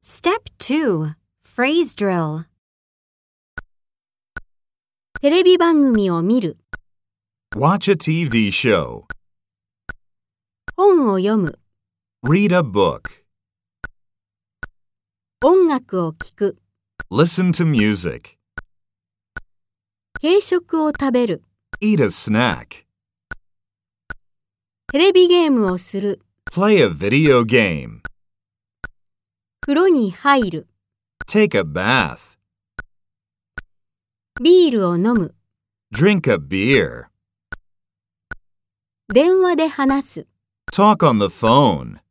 Step 2 Phrase Drill テレビ番組を見る、 Watch a TV show. 本を読む、 Read a book. 音楽を聴く、 Listen to music. 軽食を食べる、 Eat a snack. テレビゲームをする、 Play a video game. 風呂に入る、 Take a bath. ビールを飲む、 Drink a beer. 電話で話す。 Talk on the phone.